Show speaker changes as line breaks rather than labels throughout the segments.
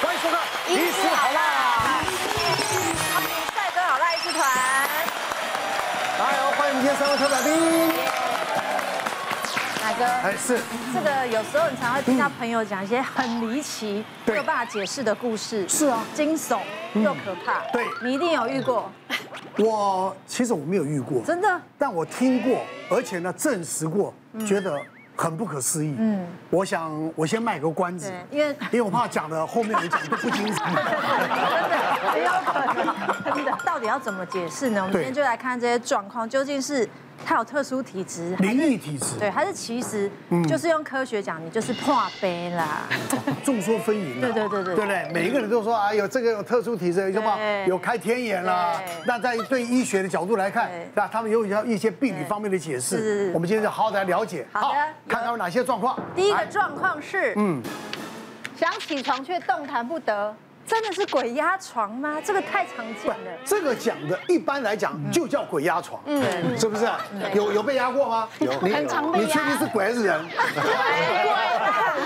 欢迎收看《医师好辣》，
帅哥好辣一支团，
来哦，欢迎我们今天三位特来宾。
哪哥，
哎，是
这个有时候你常会听到朋友讲一些很离奇、
嗯对
没有办法解释的故事，
是啊嗯
惊悚又可怕，
对
你一定有遇过，
我，其实我没有遇过，
真的嗯
但我听过，而且呢证实过，觉得很不可思议。嗯，我想我先卖个关子
对，因为
因为我怕讲的后面我讲的不精彩。
真的很有可能，真的。到底要怎么解释呢？我们今
对
天就来看这些状况究竟是他有特殊体质，还
灵异体质，
对，还是其实
嗯
就是用科学讲，你就是破 杯啦。
众说纷纭的，
对对对对
对不对？每一个人都说啊，有这个有特殊体质，有什么
对
有开天眼啦
对。
那在对医学的角度来看
对，
那他们有要一些病理方面的解释。
是是是
我们今天就好好来了解，
好的
看看有哪些状况。
第一个
来，
状况是，
嗯，
想起床却动弹不得，真的是鬼压床吗？这个太常见
不
了，
这个讲的，一般来讲就叫鬼压床，嗯，是不是？有有被压过吗？有，你
很常被
你确定
压
是鬼还是人？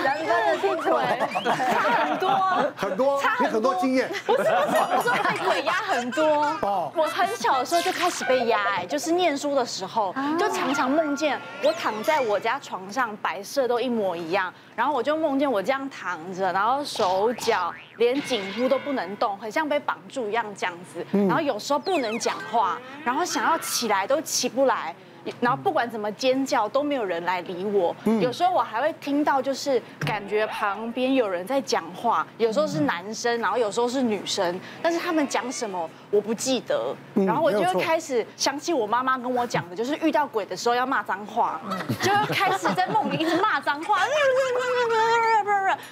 人真的是 鬼，差很多。
很多，你很多经验。
不是不是， 我说被鬼压很多
哦。
我很小的时候就开始被压，哎，就是念书的时候，就常常梦见我躺在我家床上，摆设都一模一样，然后我就梦见我这样躺着，然后手脚连颈部都不能动，很像被绑住一样这样子，然后有时候不能讲话，然后想要起来都起不来。然后不管怎么尖叫都没有人来理我，有时候我还会听到，就是感觉旁边有人在讲话，有时候是男生，然后有时候是女生，但是他们讲什么我不记得，然后我就
没有错
会开始想起我妈妈跟我讲的，就是遇到鬼的时候要骂脏话，就会开始在梦里一直骂脏话，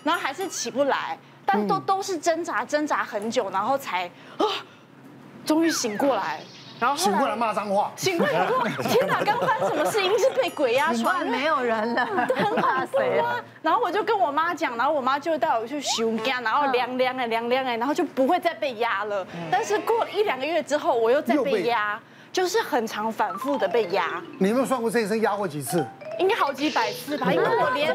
然后还是起不来，但都都是挣扎挣扎很久，然后才啊，终于醒过来，然后后
醒
来
过来骂脏话，
醒过来说：“天哪，刚发生什么事情？是被鬼压
突
床
然？没有人了，
怕
怕谁了？？”
然后我就跟我妈讲，然后我妈就带我去修家，然后凉凉哎凉凉哎，然后就不会再被压了。但是过了一两个月之后，我又再
又被
被压，就是很常反复的被压，
你有没有算过这一生压过几次？
应该好几百次吧，因为我连。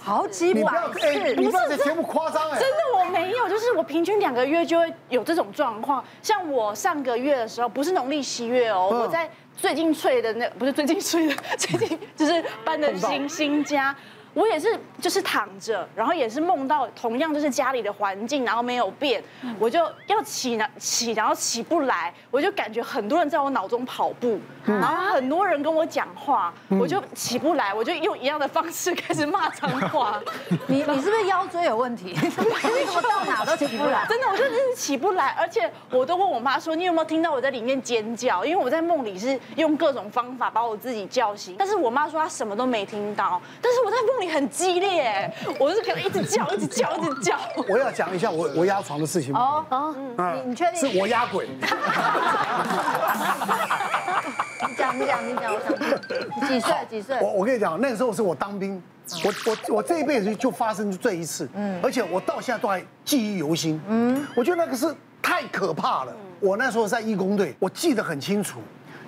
好几
你不
百
要，哎，你不
次，
要在节目夸张哎
真。的我没有，就是我平均两个月就会有这种状况。像我上个月的时候，不是农历七月哦，
嗯
我在最近睡的那不是最近睡的， 最近就是搬的新新家。我也是，就是躺着，然后也是梦到同样就是家里的环境，然后没有变，
嗯
我就要起呢起，然后起不来，我就感觉很多人在我脑中跑步，
嗯
然后很多人跟我讲话，我就起不来，我就用一样的方式开始骂脏 话。
你你是不是腰椎有问题？为什么到哪都起不 来？
真的，我就真是起不来，而且我都问我妈说，你有没有听到我在里面尖叫？因为我在梦里是用各种方法把我自己叫醒，但是我妈说她什么都没听到， 但是我在梦里很激烈，我是可能一直叫，一直叫，一直叫。
我要讲一下我我压床的事情。
哦哦，
嗯
你你确定
是我压鬼？
你讲你讲你讲，我想听你几岁几岁？
我我跟你讲，那个时候是我当兵，我我我这一辈子就发生这一次，嗯，而且我到现在都还记忆犹新，嗯，我觉得那个是太可怕了。我那时候在义工队，我记得很清楚，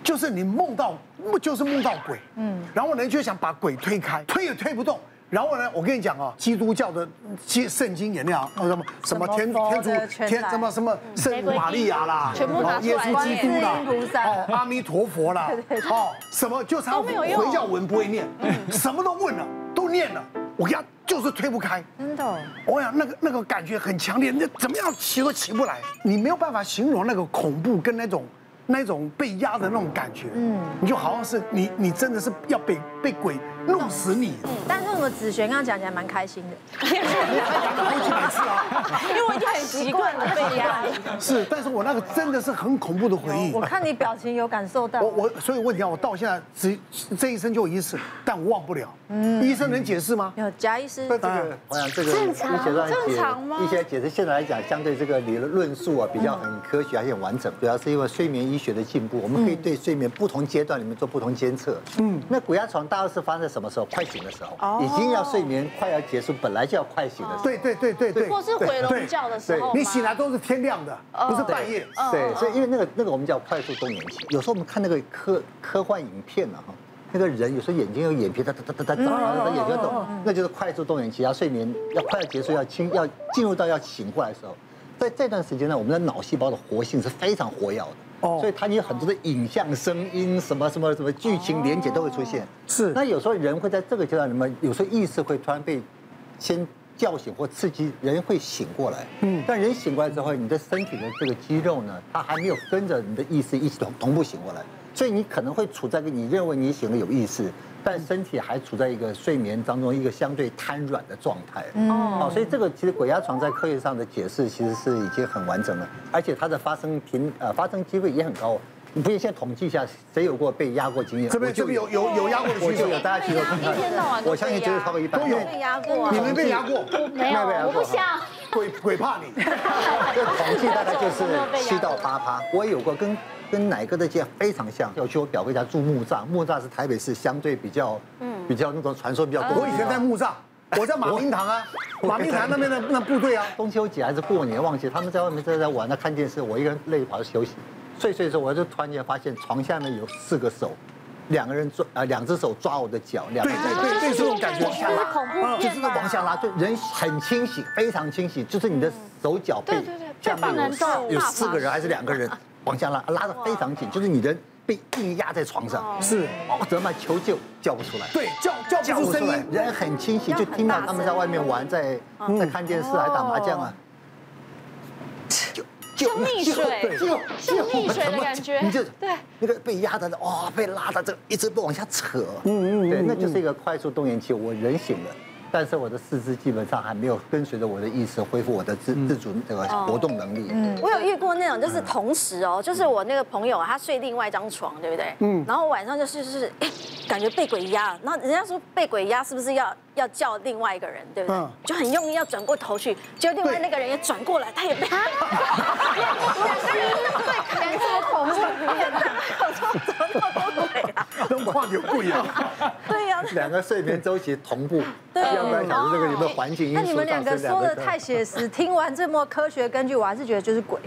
就是你梦到就是梦到鬼，嗯，然后呢就想把鬼推开，推也推不动。然后呢，我跟你讲啊，基督教的基圣经也那样，哦什么什么天
什么佛
天
的
主
全
天
来
什么什么圣母玛利亚啦，哦
全部拿出来
耶稣基督啦
观世音菩，萨
哦阿弥陀佛啦，哦什么就差
都没有用
哦
嗯
回教文不会念，什么都问了，都念了，我跟他就是推不开。
真的哦，
我想那个那个感觉很强烈，那怎么样起都起不来，你没有办法形容那个恐怖跟那种那种被压的那种感觉，嗯，你就好像是你你真的是要被被鬼弄死你，
但是我们子璇刚刚讲起来蛮开心 的，
好几百次啊，
因为我已经很习惯了被压，
是，但是我那个真的是很恐怖的回
哦
忆
我。看你表情有感受到
我。我所以问你啊，我到现在只这一生就一次，但我忘不了。嗯，医生能解释吗？
有贾医
嗯
师
这个，我想这个
正常啊
医学上
正常吗嗯
解一些解释，现在来讲，相对这个理论论述啊，比较很科学，而且很完整。主要是因为睡眠医学的进步，我们
嗯
可以对睡眠不同阶段里面做不同监测。嗯，那鬼压床大概是发生在什么时候？快醒的时
哦
候，已经要睡眠快要结束，本来就要快醒的时候。
对对对对对，
或是回笼觉的时候吗
你醒来都是天亮的，
哦
不是半夜。
对，所以因为那个那个我们叫快速动眼期，有时候我们看那个科科幻影片呢、哈，那个人有时候眼睛有眼皮哒哒哒哒哒
嗯
眨，然后他眼睛动，那就是快速动眼期，然后睡眠要快要结束，要清要进入到要醒过来的时候，在这段时间呢，我们的脑细胞的活性是非常活跃的。
哦
所以它有很多的影像、声音、什么什么什么剧情连结都会出现。
哦是
那有时候人会在这个阶段里面，有时候意识会突然被先叫醒或刺激，人会醒过来。嗯，但人醒过来之后，你的身体的这个肌肉呢，它还没有跟着你的意识一起同同步醒过来，所以你可能会处在一个你认为你醒了有意识。但身体还处在一个睡眠当中，一个相对瘫软的状态。哦，所以这个其实鬼压床在科学上的解释其实是已经很完整了，而且它的发生频呃发生机会也很高。你不信现在统计一下，谁有过被压过经验？
这边
我就
这边有有有压过的
我
举
就
手
有，大家举手看看。
一天到晚都被压
我相信绝对超过一半。
都有
因为
被压过啊
你，们被压过？
没有，我不想。
鬼鬼怕你？
这统计大概 就是七到八趴。我有过跟跟奶哥的经验非常像，我去我表哥家住木栅，木栅是台北市相对比较嗯比较那种传说比较
嗯
多。
我以前在木栅，我在马明堂啊，马明堂那边的那部队啊，
中秋节还是过年忘记，他们在外面在在玩，那看电视，我一个人累得跑去休息。睡睡的时候，我就突然间发现床下面有四个手，两个人抓啊，两只手抓我的脚，两
对
只
对对对，这种感觉。
往下拉，嗯就是往下拉，就人很清醒，非常清醒，就是你的手脚被
嗯对对对
下面
被绑
有
人到
有四个人还是两个人 往下拉，拉的非常紧，就是你人被硬压在床上，
是，
哦，怎么办？求救叫不出来。
对，叫叫不出声音。
人很清醒，就听到他们在外面玩，在
嗯
在看电视，还打麻将啊。就
像溺水
就
像溺水的感觉
你就
对
那个被压的哇、被拉的这一直被往下扯，嗯嗯，对，那就是一个快速动眼期。我人醒了，但是我的四肢基本上还没有跟随着我的意识恢复我的自自主这个活动能力。嗯，
我有遇过那种，就是同时哦，就是我那个朋友他睡另外一张床，对不对？嗯。然后晚上就是就是，哎，感觉被鬼压，然后人家说被鬼压是不是要要叫另外一个人，对不对
嗯？
就很用力要转过头去，结果另外那个人也转过来，他也被。
感觉恐怖。
灯光有不一样，
对呀、
两个睡眠周期同步，
对
要不然想说这个有没有环境因素
那你们两
造
个
成
说的
个
太写实，听完这么科学根据，我还是觉得就是鬼。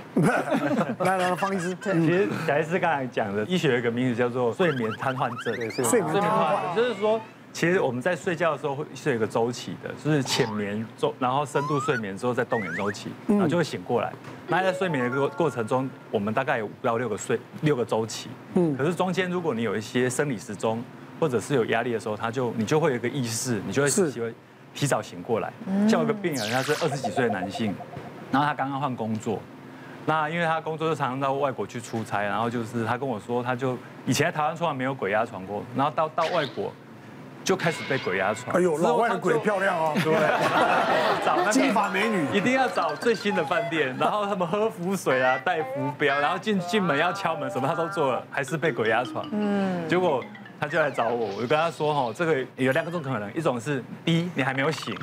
来来，来方医师，
其实贾医师刚才讲的，医学有一个名字叫做睡眠瘫痪症。
对睡眠
睡眠
睡眠
瘫痪
化，就是说，其实我们在睡觉的时候会是有一个周期的，就是浅眠周，然后深度睡眠之后再动眼周期，然后就会醒过来。那在睡眠的过过程中，我们大概有五到六个睡六个周期，嗯，可是中间如果你有一些生理时钟，或者是有压力的时候，它就你就会有一个意识，你就会
是
习惯提早醒过来。像有一个病人，他是二十几岁的男性，然后他刚刚换工作，那因为他工作就常常到外国去出差，然后就是他跟我说，他就以前在台湾从来没有鬼压床过，然后到到外国就开始被鬼压床。
哎呦，
之后
老外的
他就
鬼漂亮哦，
对，找那
金
个
发美女。
一定要找最新的饭店，然后他们喝符水啊，戴符标，然后进进门要敲门，什么他都做了，还是被鬼压床。嗯，结果他就来找我，我就跟他说哈，这个有两种可能，一种是第一，你还没有醒，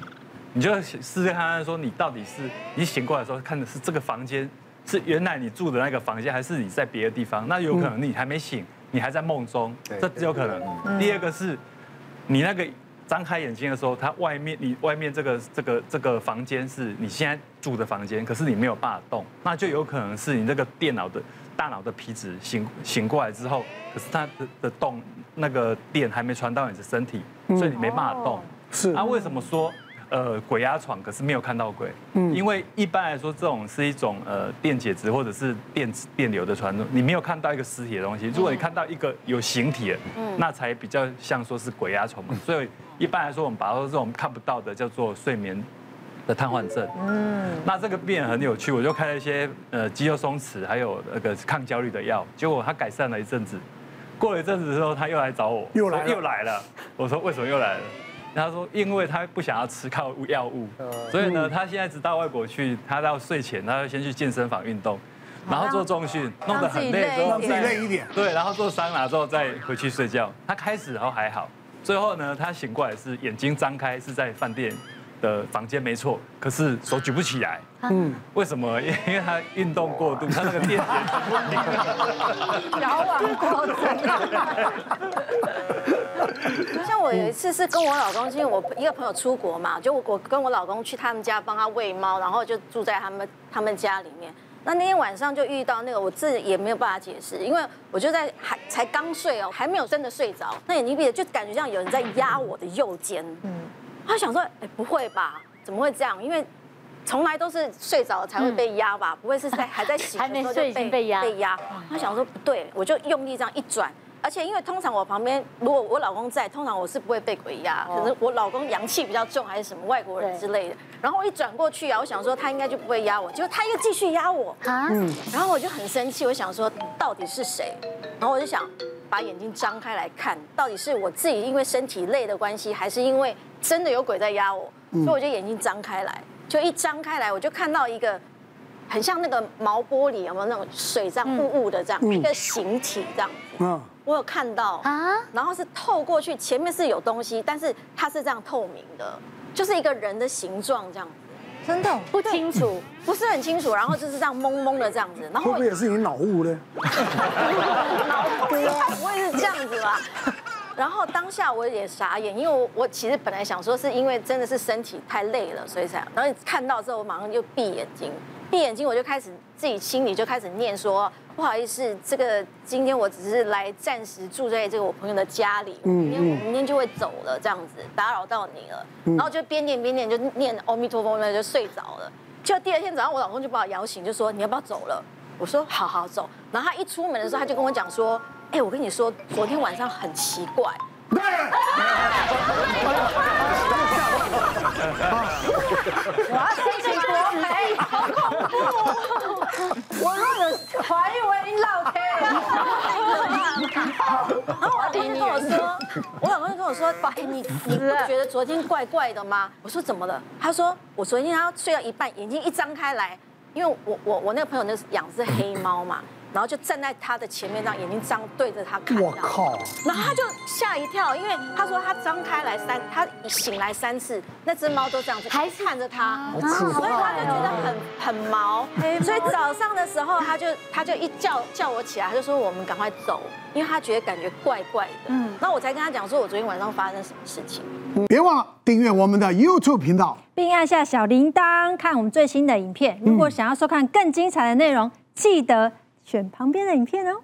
你就试试看看说你到底是你醒过来的时候看的是这个房间，是原来你住的那个房间，还是你在别的地方？那有可能你还没醒，你还在梦中，
对
这只有可能。第二个是。你那个张开眼睛的时候，它外面你外面这个这个这个房间是你现在住的房间，可是你没有办法动，那就有可能是你这个电脑的大脑的皮质醒醒过来之后，可是它的的动那个电还没传到你的身体，所以你没办法动。
是
啊，为什么说呃鬼压床，可是没有看到鬼？嗯，因为一般来说这种是一种呃电解质或者是电电流的传入，你没有看到一个实体的东西。如果你看到一个有形体的，那才比较像说是鬼压床嘛。所以一般来说，我们把它这种看不到的叫做睡眠。的瘫痪症，嗯，那这个病人很有趣，我就开了一些呃肌肉松弛，还有那个抗焦虑的药，结果他改善了一阵子，过了一阵子之后，他又来找我，
又来了
说又来了。我说为什么又来了？他说因为他不想要吃靠药物，
呃
所以
嗯
呢，他现在只到外国去，他到睡前，他要先去健身房运动，
啊
然后做重训，弄得很累之后
让自己
再
累一点
对，然后做桑拿之后再回去睡觉。他开始然后还好，最后呢，他醒过来是眼睛张开是在饭店的房间没错，可是手举不起来。嗯，为什么？因因为他运动过度，他那个电解 质
矫枉过正。
像我有一次是跟我老公，因为我一个朋友出国嘛，就我我跟我老公去他们家帮他喂猫，然后就住在他们他们家里面。那那天晚上就遇到那个，我自己也没有办法解释，因为我就在还才刚睡哦，还没有真的睡着，那眼睛闭着就感觉像有人在压我的右肩。嗯，他想说，哎，不会吧？怎么会这样？因为从来都是睡着了才会被压吧，不会是在还在醒的时候就
还没睡已经被压嗯
被压。他想说不对，我就用力这样一转。而且因为通常我旁边如果我老公在，通常我是不会被鬼压，
哦
可能我老公阳气比较重还是什么外国人之类的。然后我一转过去啊，我想说他应该就不会压我，结果他又继续压我。
啊，
然后我就很生气，我想说到底是谁？然后我就想把眼睛张开来看，到底是我自己因为身体累的关系，还是因为真的有鬼在压我？所以我就眼睛张开来，就一张开来我就看到一个很像那个毛玻璃，有没有那种水这样雾雾的这样、一个形体这样子。
嗯，
我有看到
啊
啊，然后是透过去，前面是有东西，但是它是这样透明的，就是一个人的形状这样子，
真的哦不清楚，
不是很清楚，然后就是这样蒙蒙的这样子，然
会
后我
不会也是你脑雾呢？
对呀，不会是这样子吧？然后当下我也傻眼，因为我我其实本来想说是因为真的是身体太累了，所以才。然后看到之后，我马上就闭眼睛，闭眼睛我就开始自己心里就开始念说，不好意思，这个今天我只是来暂时住在这个我朋友的家里，明天我明天就会走了，这样子打扰到你了。然后就边念边念就念阿弥陀佛，那就睡着了。就第二天早上，我老公就把我摇醒，就说你要不要走了？我说好好走。然后他一出门的时候，他就跟我讲说：“哎、我跟你说，昨天晚上很奇怪。
这个国牌好 恐怖，我有怀疑我已经落胎了。”
然后我老公就跟我说，我老公就跟我说：“哎、你你不觉得昨天怪怪的吗？”我说：“怎么了？”他说：“我昨天要睡到一半，眼睛一张开来，因为我我我那个朋友那是养只黑猫嘛，然后就站在他的前面，让眼睛张对着他看。”
我靠！
然后他就吓一跳，因为他说他张开来三，他醒来三次，那只猫都这样子，还啊看着他，所以他就觉得很很毛。所以早上的时候，他就他就一叫叫我起来，他就说我们赶快走，因为他觉得感觉怪怪的。嗯，那我才跟他讲说，我昨天晚上发生什么事情。
别忘了订阅我们的 YouTube 频道。
并按下小铃铛，看我们最新的影片。如果想要收看更精彩的内容，记得选旁边的影片哦。